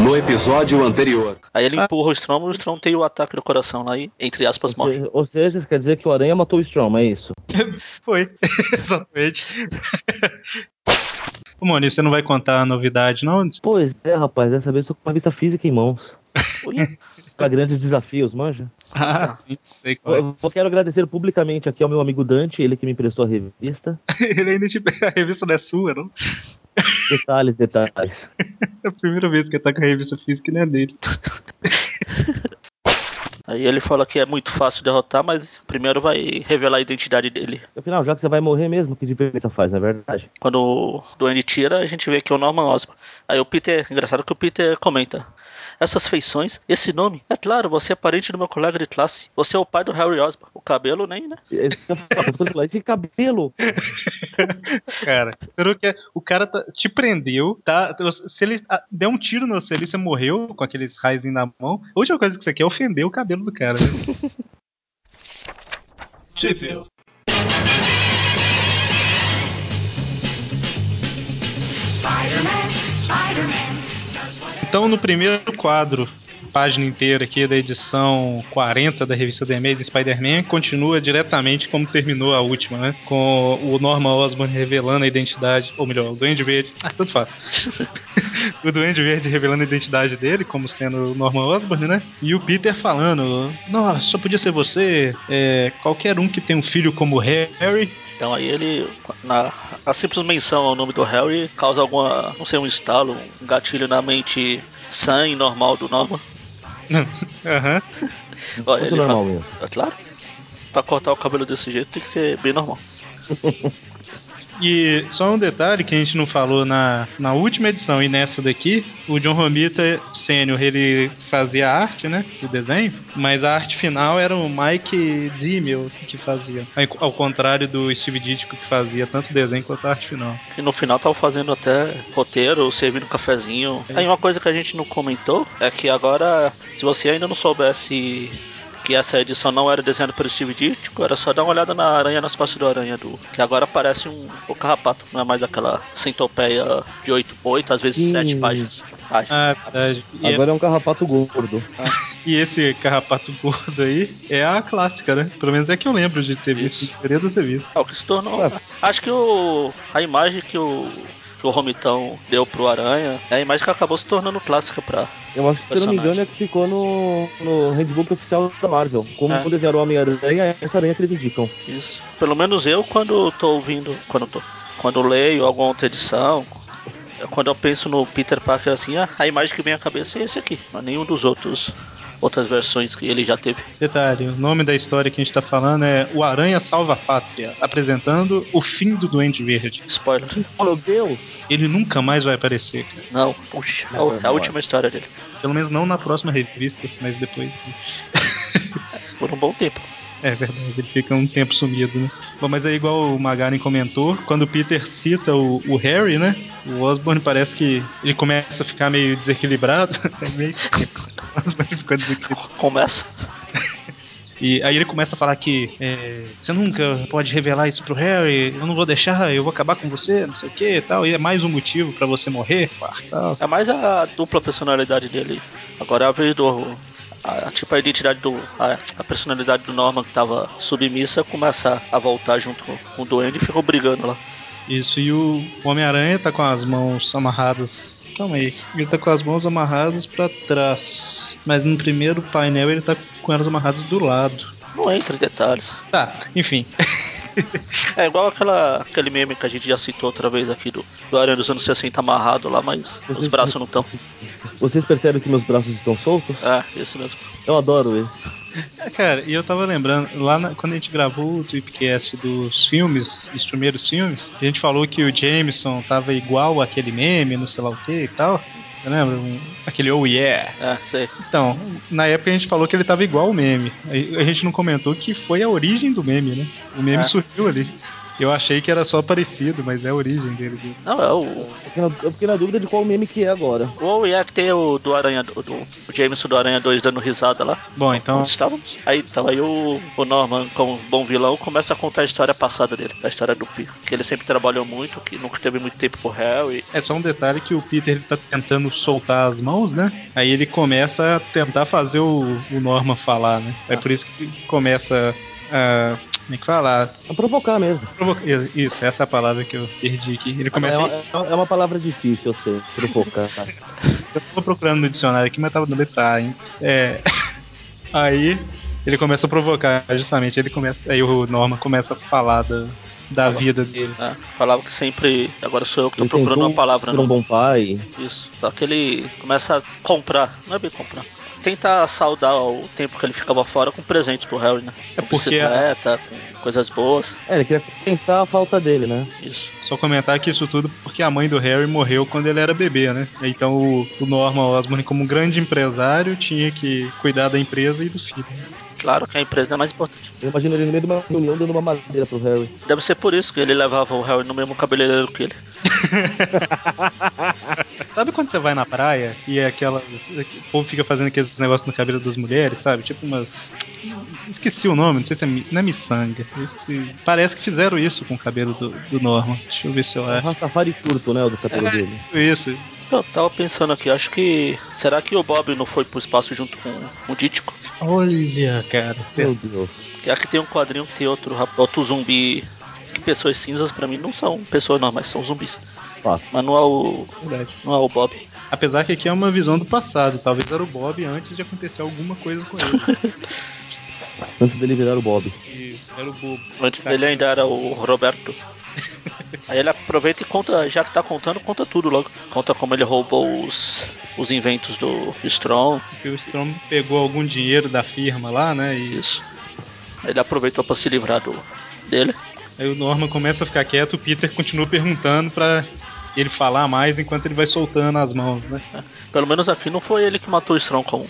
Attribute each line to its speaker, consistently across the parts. Speaker 1: no episódio anterior.
Speaker 2: Aí ele empurra o Strom e o Strom tem o ataque do coração lá e, entre aspas,
Speaker 3: Ou
Speaker 2: morre.
Speaker 3: seja, ou seja, quer dizer que o Aranha matou o Strom, é isso?
Speaker 4: Foi, exatamente. Ô, Moni, você não vai contar a novidade, não?
Speaker 3: Pois é, rapaz, dessa vez eu tô com uma vista física em mãos.
Speaker 2: Ui,
Speaker 3: Pra grandes desafios, manja?
Speaker 4: Ah, sim, sei qual é.
Speaker 3: Eu, eu quero agradecer publicamente aqui ao meu amigo Dante, ele que me emprestou a revista.
Speaker 4: Ele ainda te pega, a revista não é sua, não?
Speaker 3: Detalhes, detalhes.
Speaker 4: É a primeira vez que ele tá com a revista física e não é dele.
Speaker 2: Aí ele fala que é muito fácil derrotar, mas primeiro vai revelar a identidade dele.
Speaker 3: Afinal, já que você vai morrer mesmo, que diferença faz, na verdade?
Speaker 2: Quando o Duende tira, a gente vê que é o Norman Osborn. Aí o Peter, engraçado que o Peter comenta. Essas feições, esse nome, é claro, você é parente do meu colega de classe. Você é o pai do Harry Osborn. O cabelo nem, né?
Speaker 3: Esse, eu falo, eu falo, esse cabelo.
Speaker 4: Cara, você não quer- o cara tá- te prendeu, tá? Se ele ah, der um tiro no você ali, você morreu com aqueles raios na mão. A última coisa que você quer é ofender o cabelo do cara. né? Então, no primeiro quadro, página inteira aqui da edição 40 da revista The Amazing Spider-Man, continua diretamente como terminou a última, né? Com o Norman Osborn revelando a identidade, ou melhor, o Duende Verde. Ah, tanto faz. o Duende Verde revelando a identidade dele, como sendo o Norman Osborn, né? E o Peter falando: Nossa, só podia ser você. É, qualquer um que tem um filho como Harry
Speaker 2: Então aí ele, na, a simples menção ao nome do Harry causa alguma, não sei, um estalo, um gatilho na mente sã e normal do Norman.
Speaker 4: Aham.
Speaker 2: Olha,
Speaker 3: Muito
Speaker 2: ele fala-
Speaker 3: normal mesmo.
Speaker 2: É claro, pra cortar o cabelo desse jeito tem que ser bem normal.
Speaker 4: E só um detalhe que a gente não falou na, na última edição e nessa daqui, o John Romita Sênior, ele fazia a arte, né, o desenho, mas a arte final era o Mike Dimmel que fazia, ao- ao contrário do Steve Ditko que fazia tanto o desenho quanto a arte final.
Speaker 2: E no final tava fazendo até roteiro, servindo um cafezinho. Aí uma coisa que a gente não comentou é que agora, se você ainda não soubesse que essa edição não era desenhada pelo Steve Ditko, era só dar uma olhada na aranha nas costas do aranha do. Que agora parece um o carrapato, não é mais aquela centopeia de 8, 8 às vezes
Speaker 3: Sim.
Speaker 2: sete páginas. páginas.
Speaker 4: Ah, verdade. E,
Speaker 3: Agora é um carrapato gordo.
Speaker 4: e esse carrapato gordo aí é a clássica, né? Pelo menos é que eu lembro de ter visto, de querer ter visto.
Speaker 2: É o que se tornou.
Speaker 3: Ué.
Speaker 2: Acho que o. a imagem que o. que o Romitão deu pro Aranha é a imagem que acabou se tornando clássica pra.
Speaker 3: Eu acho que, se eu não me engano,
Speaker 2: Personagem.
Speaker 3: é que ficou no, no handbook oficial da Marvel. Como
Speaker 2: É.
Speaker 3: desenhar o Homem-Aranha, essa aranha que eles indicam.
Speaker 2: Isso. Pelo menos eu, quando tô ouvindo, quando tô, quando leio alguma outra edição, eu- quando eu penso no Peter Parker assim, ah, a imagem que vem à cabeça é esse aqui, mas nenhum dos outros outras versões que ele já teve.
Speaker 4: Detalhe, o nome da história que a gente tá falando é O Aranha Salva a Pátria, apresentando o fim do Duende Verde.
Speaker 2: Spoiler.
Speaker 3: Oh, meu Deus!
Speaker 4: Ele nunca mais vai aparecer, cara.
Speaker 2: Não, puxa, é o- é a última história dele.
Speaker 4: Pelo menos não na próxima revista, mas depois. né?
Speaker 2: Por um bom tempo.
Speaker 4: É verdade, ele fica um tempo sumido, né? Bom, mas é igual o Magaren comentou, quando o Peter cita o, o Harry, né? O Osborne parece que ele começa a ficar meio desequilibrado. É meio que o Osborne ficou desequilibrado.
Speaker 2: Começa.
Speaker 4: E aí ele começa a falar que é, você nunca pode revelar isso pro Harry, eu não vou deixar, eu vou acabar com você, não sei o que e tal. E é mais um motivo pra você morrer, pá, tal.
Speaker 2: É mais a dupla personalidade dele. Agora é a vez do. a- tipo, a identidade do. A, a personalidade do Norman que tava submissa começa a voltar junto com, com o Duende e ficou brigando lá.
Speaker 4: Isso, e o Homem-Aranha tá com as mãos amarradas. Calma aí, ele tá com as mãos amarradas pra trás. Mas no primeiro painel ele tá com elas amarradas do lado.
Speaker 2: Não entra em detalhes.
Speaker 4: Tá, enfim.
Speaker 2: É igual aquela, aquele meme que a gente já citou outra vez aqui do, do Aranha dos anos 60 amarrado lá, mas os
Speaker 3: Vocês-
Speaker 2: braços não estão.
Speaker 3: Vocês percebem que meus braços estão soltos?
Speaker 2: É, esse mesmo.
Speaker 3: Eu adoro esse.
Speaker 4: É, cara, e eu tava lembrando, lá na- quando a gente gravou o Tripcast dos filmes, dos primeiros filmes, a gente falou que o Jameson tava igual aquele meme, não sei lá o que e tal. Você lembra? Um- aquele oh yeah.
Speaker 2: É, sei.
Speaker 4: Então, na época a gente falou que ele tava igual o meme. Aí A gente não comentou que foi a origem do meme, né? O meme
Speaker 2: É.
Speaker 4: surgiu ali. Eu achei que era só parecido, mas é a origem dele.
Speaker 2: Não, é o.
Speaker 3: Eu fiquei, na, eu fiquei na dúvida de qual meme que é agora.
Speaker 2: O é que tem o do Aranha, do, do- o Jameson do Aranha 2 dando risada lá.
Speaker 4: Bom, então.
Speaker 2: Onde estávamos? Aí então aí o, o Norman, como um bom vilão, começa a contar a história passada dele, a história do Pi. Que ele sempre trabalhou muito, que nunca teve muito tempo pro réu e.
Speaker 4: É só um detalhe que o Peter ele tá tentando soltar as mãos, né? Aí ele começa a tentar fazer o, o Norman falar, né? É por isso que começa a. Como é que fala?
Speaker 3: É provocar mesmo.
Speaker 4: Provoca- Isso, essa é a palavra que eu perdi aqui. Ele
Speaker 3: É
Speaker 4: começa.
Speaker 3: uma, é uma palavra difícil, eu sei. Provocar.
Speaker 4: Eu tava procurando no dicionário aqui, mas tava no detalhe. hein? É. Aí ele começa a provocar, justamente. Ele começa. Aí o Norman começa a falar da, da vida dele.
Speaker 2: né? Falava que sempre. Agora sou eu que tô
Speaker 3: Ele
Speaker 2: procurando
Speaker 3: tentou
Speaker 2: uma palavra, né?
Speaker 3: ser um
Speaker 2: não.
Speaker 3: bom pai.
Speaker 2: Isso. Só que ele começa a comprar. Não é bem comprar. Tenta saudar o tempo que ele ficava fora com presentes pro Harry, né?
Speaker 4: É
Speaker 2: Com
Speaker 4: porque-
Speaker 2: bicicleta, com coisas boas.
Speaker 3: É, ele queria pensar a falta dele, né?
Speaker 2: Isso.
Speaker 4: Só comentar que isso tudo porque a mãe do Harry morreu quando ele era bebê, né? Então o, o Norman Osborn, como um grande empresário, tinha que cuidar da empresa e dos filhos.
Speaker 2: Claro que a empresa é mais importante.
Speaker 3: Eu imagino ele no meio de uma reunião dando uma madeira pro Harry.
Speaker 2: Deve ser por isso que ele levava o Harry no mesmo cabeleireiro que ele.
Speaker 4: Sabe quando você vai na praia e é aquela. O povo fica fazendo aqueles negócios no cabelo das mulheres, sabe? Tipo umas. Esqueci o nome, não sei se é. mi- Não é miçanga. eu esqueci. Parece que fizeram isso com o cabelo do, do Norman. Deixa eu ver se eu
Speaker 3: É um
Speaker 4: acho.
Speaker 3: Rastafari curto, né? O do
Speaker 2: É.
Speaker 3: cabelo dele.
Speaker 4: Isso.
Speaker 2: Eu tava pensando aqui, acho que. Será que o Bob não foi pro espaço junto com o Dítico?
Speaker 4: Olha, cara.
Speaker 3: Meu Deus.
Speaker 2: Que aqui tem um quadrinho que tem outro, rap- outro zumbi. Que pessoas cinzas pra mim não são pessoas normais, são zumbis.
Speaker 3: Fato.
Speaker 2: Mas não é o,
Speaker 4: Verdade.
Speaker 2: não é o Bob.
Speaker 4: Apesar que aqui é uma visão do passado. Talvez era o Bob antes de acontecer alguma coisa com ele.
Speaker 3: Antes dele virar o Bob.
Speaker 4: Isso, era o bobo.
Speaker 2: Antes dele ainda era o Roberto. Aí ele aproveita e conta, já que tá contando, conta tudo logo. Conta como ele roubou os, os inventos do Strong.
Speaker 4: Porque o Strom pegou algum dinheiro da firma lá, né? E
Speaker 2: Isso. Ele aproveitou pra se livrar do, dele.
Speaker 4: aí o Norman começa a ficar quieto, o Peter continua perguntando pra ele falar mais enquanto ele vai soltando as mãos, né?
Speaker 2: Pelo menos aqui não foi ele que matou o Strong como,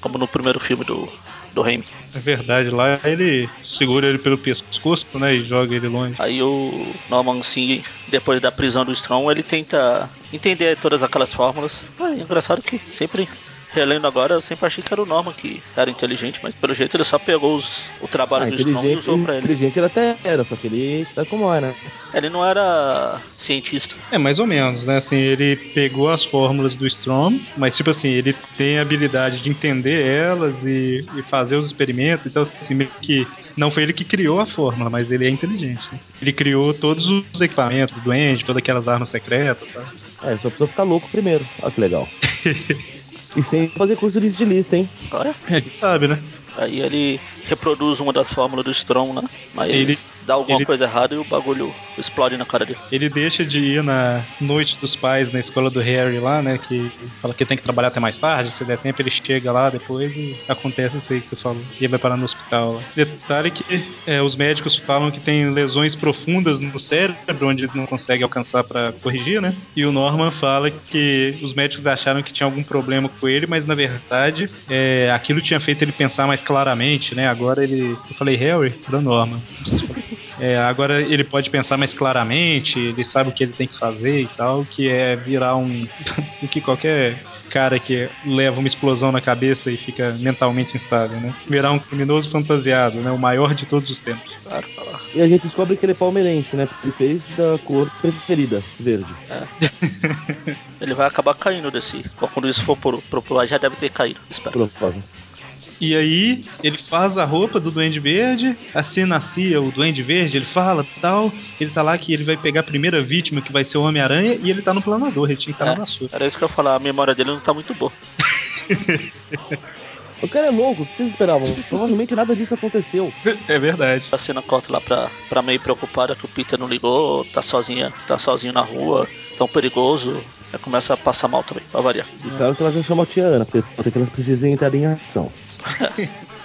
Speaker 2: como no primeiro filme do, do Raimi.
Speaker 4: É verdade, lá ele segura ele pelo pescoço, né? E joga ele longe.
Speaker 2: Aí o Norman Singh, depois da prisão do Strong, ele tenta entender todas aquelas fórmulas. Ah, é engraçado que sempre, relendo agora, eu sempre achei que era o Norman que era inteligente, mas pelo jeito ele só pegou os- o trabalho
Speaker 3: Ah,
Speaker 2: do Strong e
Speaker 3: inteligente,
Speaker 2: usou pra ele.
Speaker 3: inteligente ele até era, só que ele tá como é, né?
Speaker 2: Ele não era cientista.
Speaker 4: É, mais ou menos, né? Assim, ele pegou as fórmulas do Strom, mas, tipo assim, ele tem a habilidade de entender elas e, e fazer os experimentos. Então, assim, meio que não foi ele que criou a fórmula, mas ele é inteligente. né? Ele criou todos os equipamentos do Duende, todas aquelas armas secretas, tá?
Speaker 3: É, ele só precisa ficar louco primeiro. Olha que legal. e sem fazer curso de estilista, hein?
Speaker 2: Olha.
Speaker 4: Ele sabe, né?
Speaker 2: Aí ele reproduz uma das fórmulas do Strong lá, mas
Speaker 4: Ele-
Speaker 2: dá alguma
Speaker 4: ele-
Speaker 2: coisa errada e o bagulho explode na cara dele.
Speaker 4: Ele deixa de ir na noite dos pais na escola do Harry lá, né? Que fala que tem que trabalhar até mais tarde, se der tempo ele chega lá depois e acontece isso aí que você falou. E ele vai parar no hospital lá. Detalhe que é, os médicos falam que tem lesões profundas no cérebro, onde ele não consegue alcançar pra corrigir, né? E o Norman fala que os médicos acharam que tinha algum problema com ele, mas na verdade é, aquilo tinha feito ele pensar mais claramente, né? Agora ele. Eu falei, Harry, da Norman. É, agora ele pode pensar mais claramente, ele sabe o que ele tem que fazer e tal, que é virar um. o que qualquer cara que leva uma explosão na cabeça e fica mentalmente instável, né? Virar um criminoso fantasiado, né? O maior de todos os tempos.
Speaker 2: Claro.
Speaker 3: E a gente descobre que ele é palmeirense, né? Porque ele fez da cor preferida, verde.
Speaker 2: Ele vai acabar caindo desse. Bom, quando isso for pro, pro, pro já deve ter caído, espero.
Speaker 3: Provável.
Speaker 4: E aí ele faz a roupa do Duende Verde, assim nascia o Duende Verde, ele fala tal, ele tá lá que ele vai pegar a primeira vítima que vai ser o Homem-Aranha e ele tá no planador, ele tinha que estar
Speaker 2: É,
Speaker 4: lá na sua.
Speaker 2: era isso que eu ia falar, a memória dele não tá muito boa.
Speaker 3: O cara é louco, o que vocês esperavam? Provavelmente nada disso aconteceu.
Speaker 4: É verdade.
Speaker 2: A cena corta lá pra, pra meio preocupada que o Peter não ligou, tá sozinha, tá sozinho na rua, tão perigoso. Aí começa a passar mal também, pra variar.
Speaker 3: E claro que ela já chama a tia Ana, porque pode ser que elas precisem entrar em ação.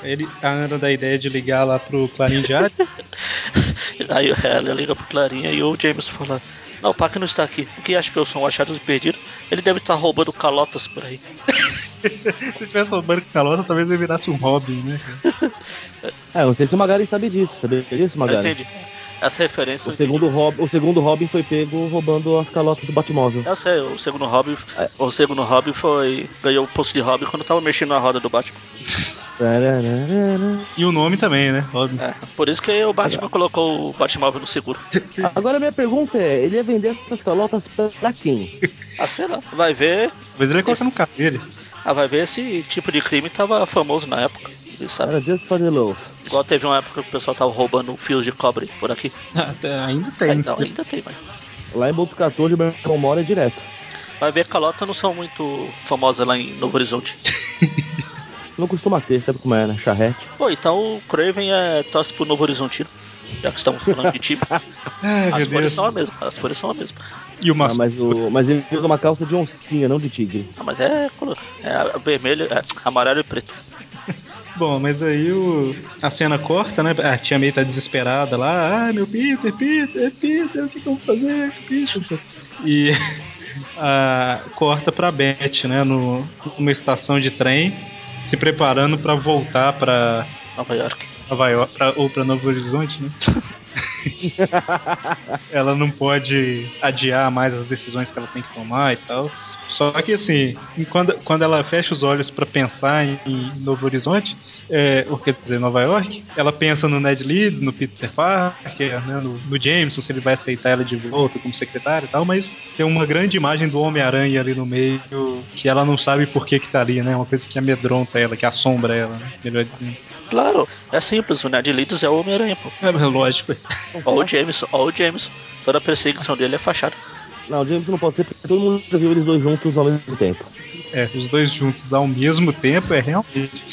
Speaker 4: Ele, a Ana dá a ideia de ligar lá pro Clarim Diário.
Speaker 2: Aí ela liga pro Clarinha e o James fala: Não, o tá Pac não está aqui. O que acha que eu sou um achado de perdido? Ele deve estar roubando calotas por aí.
Speaker 4: se tivesse o Banco Calosa, talvez ele virasse um Robin, né?
Speaker 3: É, eu não sei se o Magari sabe disso. Sabia disso,
Speaker 2: Eu
Speaker 3: Magari?
Speaker 2: entendi. Essa referência.
Speaker 3: O
Speaker 2: eu entendi.
Speaker 3: segundo, Rob, o segundo Robin foi pego roubando as calotas do Batmóvel.
Speaker 2: Eu sei, o segundo Robin.
Speaker 3: É.
Speaker 2: O segundo Robin foi. ganhou o posto de Robin quando tava mexendo na roda do Batman.
Speaker 4: E o nome também, né? Robin.
Speaker 2: É, por isso que o Batman colocou o Batmóvel no seguro.
Speaker 3: Agora minha pergunta é, ele ia vender essas calotas pra quem?
Speaker 2: Ah, sei lá, vai ver.
Speaker 4: Talvez ele coloque no carro dele.
Speaker 2: Ah, vai ver esse tipo de crime tava famoso na época. Ele sabe.
Speaker 3: Era just for the love.
Speaker 2: Igual teve uma época que o pessoal tava roubando fios de cobre por aqui.
Speaker 4: Ainda
Speaker 2: Ah,
Speaker 4: tem. né?
Speaker 2: Então, ainda tem, mas.
Speaker 3: Lá em Botucatu, onde meu irmão mora, é direto.
Speaker 2: Vai ver que calota não são muito famosas lá em Novo Horizonte.
Speaker 3: Não costuma ter, sabe como é, né? Charrete.
Speaker 2: Pô, então o Craven é torce pro Novo Horizontino. Já que estamos falando de time, as
Speaker 4: Ai, É, meu
Speaker 2: cores
Speaker 4: Deus.
Speaker 2: são a mesma, as cores são a mesma.
Speaker 4: E o
Speaker 3: Ah,
Speaker 4: Marcos?
Speaker 3: mas, o, mas ele usa uma calça de oncinha, não de tigre.
Speaker 2: Ah, mas é, colo- é vermelho, é amarelo e preto.
Speaker 4: Bom, mas aí o... a cena corta, né? A tia May tá desesperada lá. Ah, meu Peter, Peter, Peter, o que, que eu vou fazer? Peter. E a... corta pra Beth, né? No... Numa estação de trem, se preparando pra voltar pra
Speaker 2: Nova York.
Speaker 4: Nova York, pra- ou pra Novo Horizonte, né? ela não pode adiar mais as decisões que ela tem que tomar e tal. Só que assim, em- quando, quando ela fecha os olhos pra pensar em, em Novo Horizonte, é, ou quer dizer, Nova York, ela pensa no Ned Leeds, no Peter Parker, né, no, no Jameson, se ele vai aceitar ela de volta como secretário e tal, mas tem uma grande imagem do Homem-Aranha ali no meio que ela não sabe por que que tá ali, né? Uma coisa que amedronta ela, que assombra ela, né, melhor dizendo.
Speaker 2: Claro, é simples, o Ned Leeds é o Homem-Aranha, pô.
Speaker 4: É, mas lógico.
Speaker 2: Ó o Jameson, ó o Jameson. Toda a perseguição dele é fachada.
Speaker 3: Não, o Jameson não pode ser, porque todo mundo já viu eles dois juntos ao mesmo tempo.
Speaker 4: É, os dois juntos ao mesmo tempo é realmente.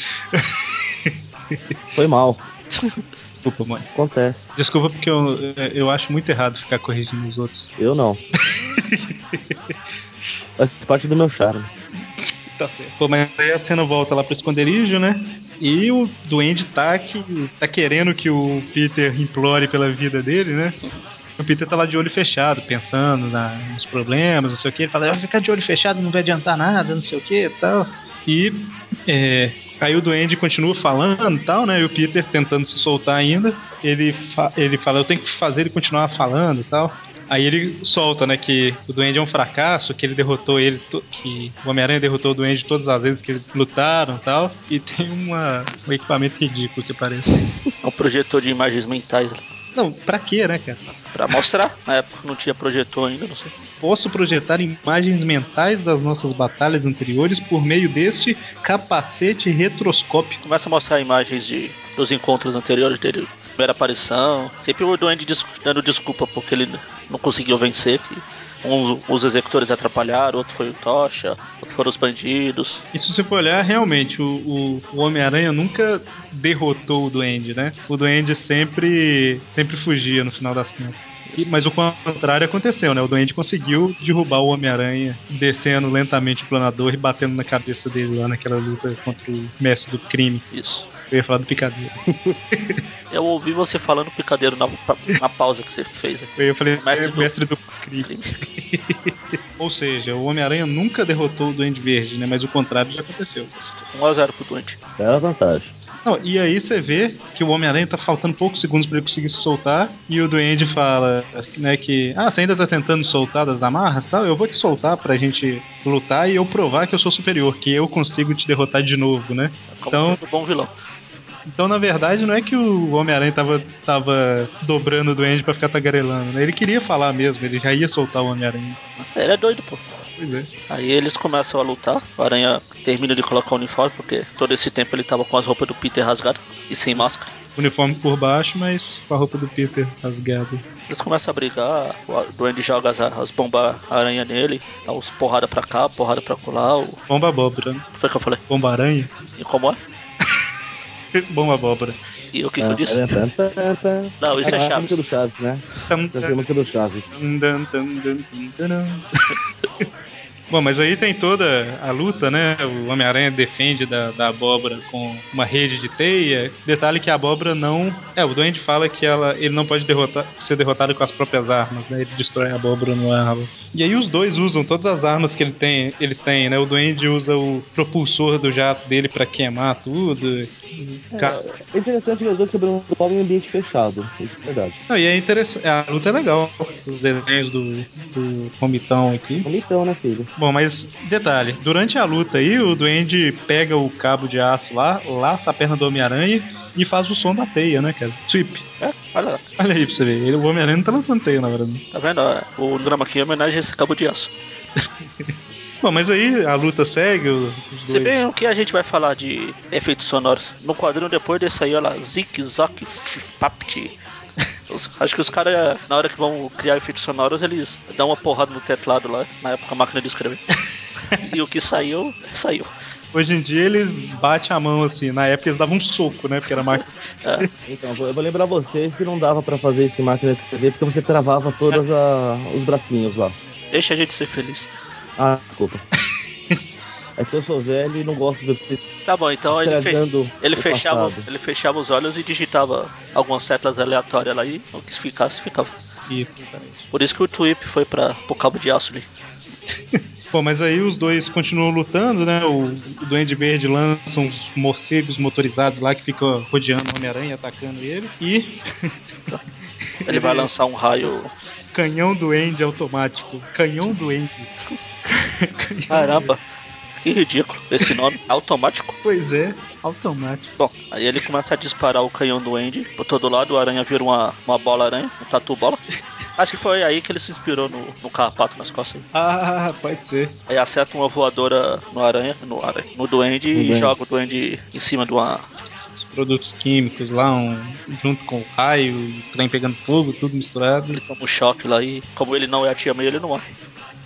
Speaker 3: Foi mal,
Speaker 4: Desculpa, mãe.
Speaker 3: acontece.
Speaker 4: Desculpa porque eu, é, eu acho muito errado ficar corrigindo os outros.
Speaker 3: Eu não. Faz parte do meu charme.
Speaker 4: Tá certo. Pô, mas aí a cena volta lá pro esconderijo, né? E o Duende tá, que, tá querendo que o Peter implore pela vida dele, né? O Peter tá lá de olho fechado, pensando na- nos problemas, não sei o que. Ele fala, vai ficar de olho fechado, não vai adiantar nada, não sei o que e tal. E é, aí o Duende continua falando e tal, né? E o Peter tentando se soltar ainda. Ele, fa- ele fala, eu tenho que fazer ele continuar falando e tal. Aí ele solta, né, que o Duende é um fracasso, que ele derrotou ele, to- que o Homem-Aranha derrotou o Duende todas as vezes que eles lutaram e tal. E tem uma, um equipamento ridículo que parece.
Speaker 2: É um projetor de imagens mentais lá.
Speaker 4: Não, pra quê, né, cara?
Speaker 2: Pra mostrar. Na época não tinha projetor ainda, não sei.
Speaker 4: Posso projetar imagens mentais das nossas batalhas anteriores por meio deste capacete retroscópio.
Speaker 2: Começa a mostrar imagens de, dos encontros anteriores dele, primeira aparição. Sempre o Duende des- dando desculpa porque ele não conseguiu vencer. Que uns, os executores atrapalharam, outro foi o Tocha, outro foram os bandidos.
Speaker 4: E se você for olhar, realmente, o, o- o Homem-Aranha nunca derrotou o Duende, né? O Duende sempre, sempre fugia no final das contas. E- mas o contrário aconteceu, né? O Duende conseguiu derrubar o Homem-Aranha, descendo lentamente o planador e batendo na cabeça dele lá naquela luta contra o mestre do crime.
Speaker 2: Isso.
Speaker 4: Eu ia falar do picadeiro.
Speaker 2: Eu ouvi você falando picadeiro na, pa- na pausa que você fez. aí.
Speaker 4: Eu falei,
Speaker 2: Mestre
Speaker 4: mestre
Speaker 2: do-
Speaker 4: do, crime.
Speaker 2: Crime.
Speaker 4: Ou seja, o Homem-Aranha nunca derrotou o Duende Verde, né? Mas o contrário já aconteceu.
Speaker 2: 1x0 pro Duende.
Speaker 3: Bela É vantagem.
Speaker 4: Não, e aí você vê que o Homem-Aranha tá faltando poucos segundos pra ele conseguir se soltar, e o Duende fala, né, que ah, você ainda tá tentando soltar das amarras, tal, eu vou te soltar pra gente lutar e eu provar que eu sou superior, que eu consigo te derrotar de novo, né?
Speaker 2: Como
Speaker 4: Então-
Speaker 2: todo um bom vilão.
Speaker 4: Então, na verdade, não é que o Homem-Aranha tava, tava dobrando o Duende pra ficar tagarelando, né? Ele queria falar mesmo, ele já ia soltar o Homem-Aranha.
Speaker 2: Ele é doido, pô.
Speaker 4: Pois é.
Speaker 2: Aí eles começam a lutar. O Aranha termina de colocar o uniforme, porque todo esse tempo ele tava com as roupas do Peter rasgadas e sem máscara.
Speaker 4: Uniforme por baixo, mas com a roupa do Peter rasgada.
Speaker 2: Eles começam a brigar, o Duende joga as, as bombas aranha nele, dá uns porrada pra cá, porrada pra colar. O
Speaker 4: Bomba abóbora, né?
Speaker 2: que foi que eu falei?
Speaker 4: Bomba aranha?
Speaker 2: E como é?
Speaker 4: Bomba abóbora.
Speaker 2: E o que, que
Speaker 3: Ah,
Speaker 2: eu
Speaker 3: é,
Speaker 2: disse? Não,
Speaker 3: Não,
Speaker 2: isso é
Speaker 3: a
Speaker 2: Chaves.
Speaker 3: música do
Speaker 4: Tá
Speaker 3: Chaves, né? Essa é a música do Chaves.
Speaker 4: Dun, dun, dun, dun, dun, dun. Bom, mas aí tem toda a luta, né? O Homem-Aranha defende da, da abóbora com uma rede de teia. Detalhe que a abóbora não. É, o Duende fala que ela, ele não pode derrotar, ser derrotado com as próprias armas, né? Ele destrói a abóbora no árvore. E aí os dois usam todas as armas que ele tem, eles têm, né? O Duende usa o propulsor do jato dele para queimar tudo.
Speaker 3: É, é interessante que os dois quebraram o pau em ambiente fechado. Isso é verdade.
Speaker 4: Não, e é interessante. A luta é legal. Os desenhos do, do Comitão aqui.
Speaker 3: Bonitão, né, filho?
Speaker 4: Bom, mas detalhe, durante a luta aí, o duende pega o cabo de aço lá, laça a perna do Homem-Aranha e faz o som da teia, né, cara? Sweep.
Speaker 2: É, olha lá.
Speaker 4: Olha aí pra você ver, ele- o Homem-Aranha não tá lançando teia, na verdade.
Speaker 2: Tá vendo? O drama aqui é homenagem a esse cabo de aço.
Speaker 4: Bom, mas aí a luta segue, os dois...
Speaker 2: Se bem o que a gente vai falar de efeitos sonoros no quadrinho depois desse aí, olha lá, Zik Zok F- Papt. Os- Acho que os caras, na hora que vão criar efeitos sonoros, eles dão uma porrada no teclado lá, na época a máquina de escrever. e o que saiu, saiu.
Speaker 4: Hoje em dia eles batem a mão assim, na época eles davam um soco, né, porque era máquina.
Speaker 2: É,
Speaker 3: Então, eu vou lembrar vocês que não dava pra fazer isso em máquina de escrever porque você travava todos os bracinhos lá.
Speaker 2: deixa a gente ser feliz.
Speaker 3: Ah, desculpa. É que eu sou velho e não gosto de vocês
Speaker 2: Tá bom, então ele, fe-
Speaker 3: estragando
Speaker 2: ele
Speaker 3: o
Speaker 2: fechava,
Speaker 3: passado.
Speaker 2: ele fechava os olhos e digitava algumas teclas aleatórias lá e o que ficasse, ficava.
Speaker 4: Isso.
Speaker 2: Por isso que o Twip foi pra, pro cabo de aço né? ali.
Speaker 4: Bom, mas aí os dois continuam lutando, né? O, o Duende Verde lança uns morcegos motorizados lá que ficam rodeando o Homem-Aranha, atacando ele. E
Speaker 2: Ele vai lançar um raio.
Speaker 4: canhão Duende automático. Canhão Duende.
Speaker 2: Caramba, que ridículo esse nome. é Automático.
Speaker 4: Pois é, automático.
Speaker 2: Bom, aí ele começa a disparar o canhão do Andy por todo lado, o aranha vira uma, uma bola aranha, um tatu bola. Acho que foi aí que ele se inspirou no, no carrapato nas costas.
Speaker 4: Ah, pode ser.
Speaker 2: Aí acerta uma voadora no aranha, no aranha, no duende
Speaker 3: No
Speaker 2: e
Speaker 3: duende.
Speaker 2: joga o duende em cima de uma.
Speaker 4: Os produtos químicos lá, um- junto com o raio, o trem pegando fogo, tudo misturado.
Speaker 2: Ele toma um choque lá e como ele não é a tia May, ele não morre.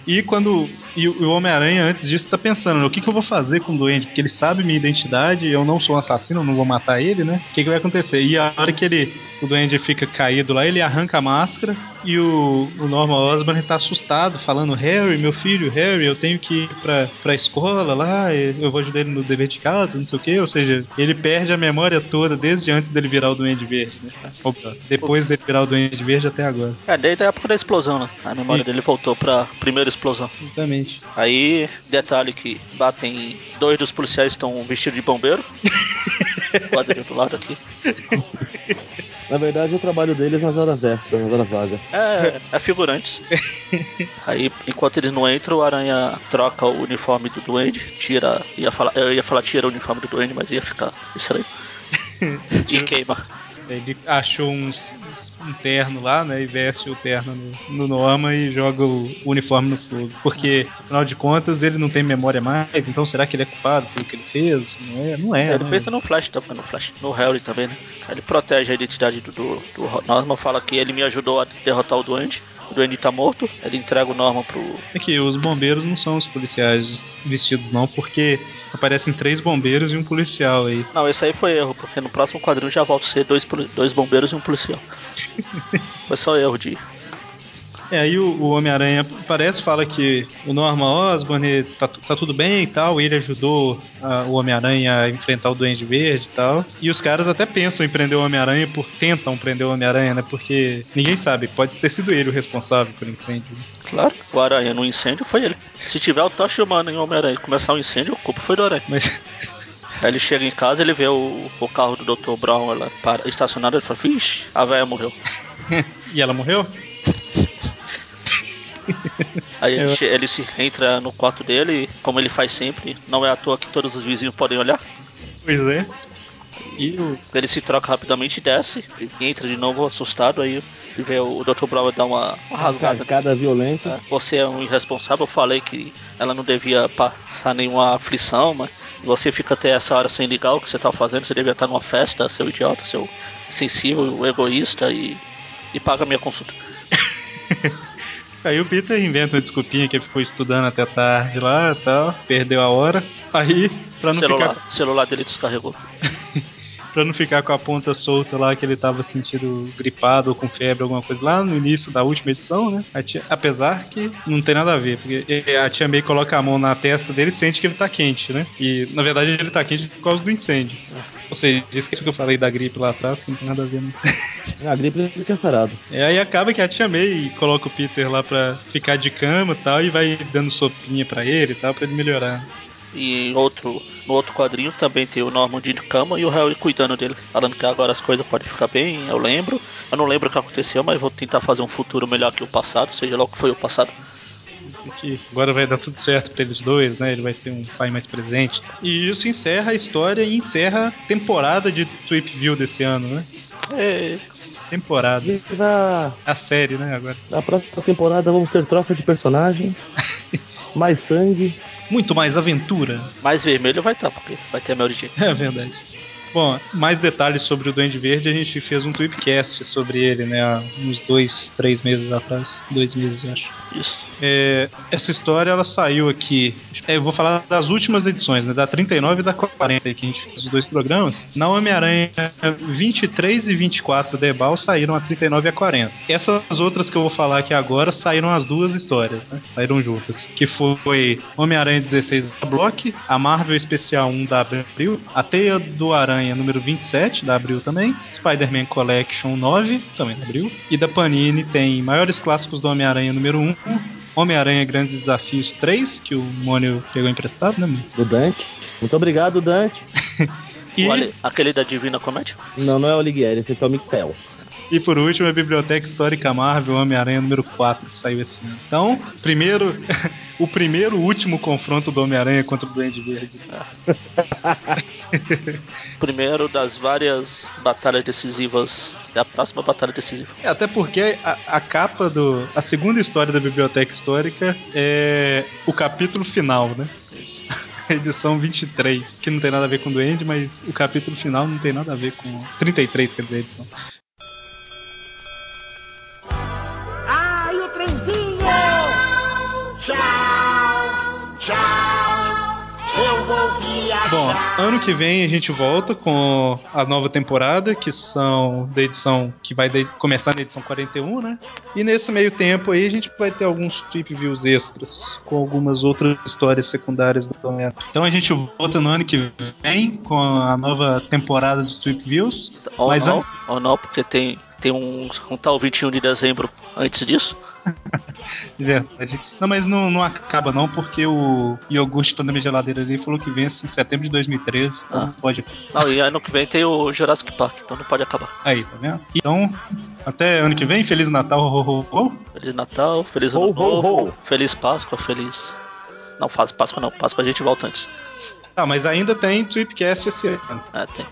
Speaker 4: E quando. E o e o Homem-Aranha, antes disso, tá pensando, né, o que, que eu vou fazer com o Duende? Porque ele sabe minha identidade, eu não sou um assassino, eu não vou matar ele, né? O que, que vai acontecer? E a hora que ele. O Duende fica caído lá, ele arranca a máscara e o, o Norman Osborn tá assustado, falando, Harry, meu filho, Harry, eu tenho que ir pra, pra escola lá, e eu vou ajudar ele no dever de casa, não sei o quê. Ou seja, ele perde a memória toda desde antes dele virar o Duende Verde, né? Opa, depois dele virar o Duende Verde até agora.
Speaker 2: É, desde a época da explosão, né? A memória dele voltou pra primeira explosão.
Speaker 4: Exatamente.
Speaker 2: Aí, detalhe que batem. Dois dos policiais estão vestidos de bombeiro. Quadrinho do lado aqui.
Speaker 3: Na verdade, o trabalho deles é nas horas extras, nas horas vagas.
Speaker 2: É, é figurantes. Aí, enquanto eles não entram, o Aranha troca o uniforme do Duende, tira. Ia falar, eu ia falar tira o uniforme do Duende, mas ia ficar estranho. e queima.
Speaker 4: Ele achou uns, uns- um terno lá, né? E veste o terno no, no Norma e joga o uniforme no fogo. Porque, afinal de contas, ele não tem memória mais, então será que ele é culpado pelo que ele fez? Não é, não é.
Speaker 2: ele
Speaker 4: né?
Speaker 2: pensa no Flash também, no Flash, no Harry também, né? Aí Ele protege a identidade do, do, do Norman, fala que ele me ajudou a derrotar o Duende. O Duende tá morto, ele entrega o Norman pro.
Speaker 4: É que os bombeiros não são os policiais vestidos, não, porque aparecem três bombeiros e um policial aí.
Speaker 2: Não, esse aí foi erro, porque no próximo quadrinho já volta a ser dois, poli- dois bombeiros e um policial. foi só erro de.
Speaker 4: É, aí o, o Homem-Aranha aparece, fala que o Norman Osborn tá, tu- tá tudo bem e tal, ele ajudou a- o Homem-Aranha a enfrentar o Duende Verde e tal. E os caras até pensam em prender o Homem-Aranha, por tentam prender o Homem-Aranha, né? Porque ninguém sabe, pode ter sido ele o responsável pelo incêndio. né,
Speaker 2: Claro, o Aranha no incêndio foi ele. Se tiver o Tocha Humano em Homem-Aranha e começar um incêndio, a culpa foi do Aranha.
Speaker 4: Mas
Speaker 2: Aí ele chega em casa, ele vê o, o carro do Dr. Brown ela para, estacionado, ele fala, vixe, a velha morreu.
Speaker 4: e ela morreu?
Speaker 2: Aí ele,
Speaker 4: Eu-
Speaker 2: che- ele se entra no quarto dele, e, como ele faz sempre, não é à toa que todos os vizinhos podem olhar.
Speaker 4: Pois é. E o
Speaker 2: Ele se troca rapidamente, desce, e entra de novo assustado, aí ele vê o Dr. Brown dar uma, uma rasgada.
Speaker 3: Carcada violenta.
Speaker 2: Tá? Você é um irresponsável, eu falei que ela não devia passar nenhuma aflição, mas você fica até essa hora sem ligar o que você tá fazendo, você devia estar numa festa, seu idiota, seu sensível, egoísta e, e paga minha consulta.
Speaker 4: Aí o Peter inventa uma desculpinha que ele ficou estudando até tarde lá e tal, perdeu a hora. Aí, pra não
Speaker 2: celular,
Speaker 4: ficar
Speaker 2: celular dele descarregou.
Speaker 4: pra não ficar com a ponta solta lá que ele tava sentindo gripado ou com febre, alguma coisa lá no início da última edição, né? A tia- apesar que não tem nada a ver, porque eh, a tia May coloca a mão na testa dele e sente que ele tá quente, né? E na verdade ele tá quente por causa do incêndio. Ou seja, esqueci que eu falei da gripe lá atrás, que não tem nada a ver, não.
Speaker 3: A gripe fica sarado.
Speaker 4: É, aí acaba que a tia May coloca o Peter lá pra ficar de cama e tal, e vai dando sopinha pra ele e tal, pra ele melhorar.
Speaker 2: E em outro, no outro quadrinho também tem o Normandy de cama e o Harry cuidando dele, falando que agora as coisas podem ficar bem, eu lembro. Eu não lembro o que aconteceu, mas vou tentar fazer um futuro melhor que o passado, seja lá o que foi o passado.
Speaker 4: que agora vai dar tudo certo pra eles dois, né? Ele vai ter um pai mais presente. E isso encerra a história e encerra a temporada de Tweep View desse ano, né?
Speaker 2: É,
Speaker 4: Temporada.
Speaker 3: E na,
Speaker 4: A série, né, agora.
Speaker 3: na próxima temporada vamos ter troca de personagens, mais sangue.
Speaker 4: Muito mais aventura.
Speaker 2: mais vermelho vai estar, porque vai ter a minha origem.
Speaker 4: É verdade. Bom, mais detalhes sobre o Duende Verde, a gente fez um tweetcast sobre ele, né? Há uns dois, três meses atrás. Dois meses, eu acho.
Speaker 2: Isso.
Speaker 4: É, essa história ela saiu aqui. é, eu vou falar das últimas edições, né? Da 39 e da 40, que a gente fez os dois programas. Na Homem-Aranha 23 e 24 da Ebal saíram a 39 e a 40. Essas outras que eu vou falar aqui agora saíram as duas histórias, né? Saíram juntas. Que foi Homem-Aranha 16 da Block, a Marvel Especial 1 da Abril, a Teia do Aranha número 27 da Abril também, Spider-Man Collection 9, também da Abril, e da Panini tem Maiores Clássicos do Homem-Aranha número 1. Homem-Aranha Grandes Desafios 3, que o Mônio pegou emprestado, né, mãe?
Speaker 3: Do Dante. Muito obrigado, Dante.
Speaker 4: E,
Speaker 2: O Ale- aquele da Divina Comédia?
Speaker 3: Não, não é o Alighieri, esse aqui é o Mictel.
Speaker 4: e por último, a Biblioteca Histórica Marvel Homem-Aranha número 4, que saiu esse ano. Então, primeiro, o primeiro e último confronto do Homem-Aranha contra o Duende Verde.
Speaker 2: Primeiro das várias batalhas decisivas, da próxima batalha decisiva.
Speaker 4: É, até porque a, a capa do. A segunda história da Biblioteca Histórica é o capítulo final, né? Edição 23, que não tem nada a ver com o Duende, mas o capítulo final não tem nada a ver com. 33, quer dizer, a edição.
Speaker 1: Ai, o trenzinho! Tchau, tchau, eu vou viajar.
Speaker 4: Bom, ano que vem a gente volta com a nova temporada, que são da edição que vai de- começar na edição 41, né? E nesse meio tempo aí a gente vai ter alguns trip views extras com algumas outras histórias secundárias do Homem-Aranha. Então a gente volta no ano que vem com a nova temporada de trip views.
Speaker 2: Ou
Speaker 4: Mas
Speaker 2: Oh, não,
Speaker 4: antes-
Speaker 2: ou não, porque tem, tem um, um tal 21 de dezembro antes disso.
Speaker 4: De é verdade. Não, mas não, não acaba não, porque o iogurte tá na minha geladeira ali falou que vence em setembro de 2013. Então
Speaker 2: Ah.
Speaker 4: não pode
Speaker 2: Não, e ano que vem tem o Jurassic Park, então não pode acabar.
Speaker 4: Aí, tá vendo? Então, até ano que vem, Feliz Natal, ho, ho, ho.
Speaker 2: Feliz Natal, feliz Ano
Speaker 3: Ho, ho,
Speaker 2: Novo,
Speaker 3: ho.
Speaker 2: feliz Páscoa, feliz. Não faz Páscoa não, Páscoa a gente volta antes.
Speaker 4: Tá, mas ainda tem Tripcast esse ano. tá
Speaker 2: É, tem.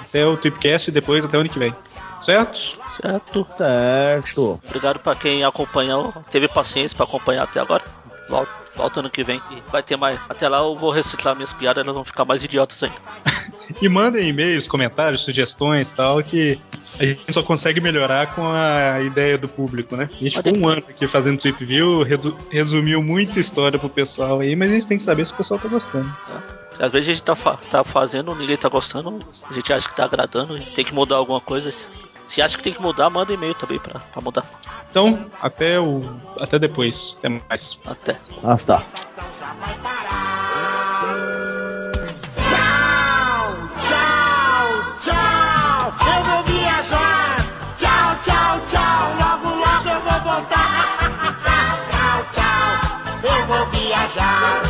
Speaker 4: Até o Tripcast e depois até ano que vem. Certo?
Speaker 2: Certo.
Speaker 3: Certo.
Speaker 2: Obrigado pra quem acompanhou, teve paciência pra acompanhar até agora. Volta, volta ano que vem e vai ter mais. Até lá eu vou reciclar minhas piadas, elas vão ficar mais idiotas ainda.
Speaker 4: E mandem e-mails, comentários, sugestões e tal, que a gente só consegue melhorar com a ideia do público, né? A gente
Speaker 2: Mas tem
Speaker 4: ficou um ano aqui fazendo Trip View, redu- resumiu muita história pro pessoal aí, mas a gente tem que saber se o pessoal tá gostando.
Speaker 2: Né? Às vezes a gente tá, fa- tá fazendo, ninguém tá gostando, a gente acha que tá agradando, tem que mudar alguma coisa. Se acha que tem que mudar, manda e-mail também pra, pra mudar.
Speaker 4: Então, até o. Até depois. Até mais.
Speaker 2: Até.
Speaker 3: Ah, está.
Speaker 1: Então Já vai parar. Tchau, tchau, tchau, eu vou viajar. Tchau, tchau, tchau, logo, logo eu vou voltar. Tchau, tchau, eu vou viajar.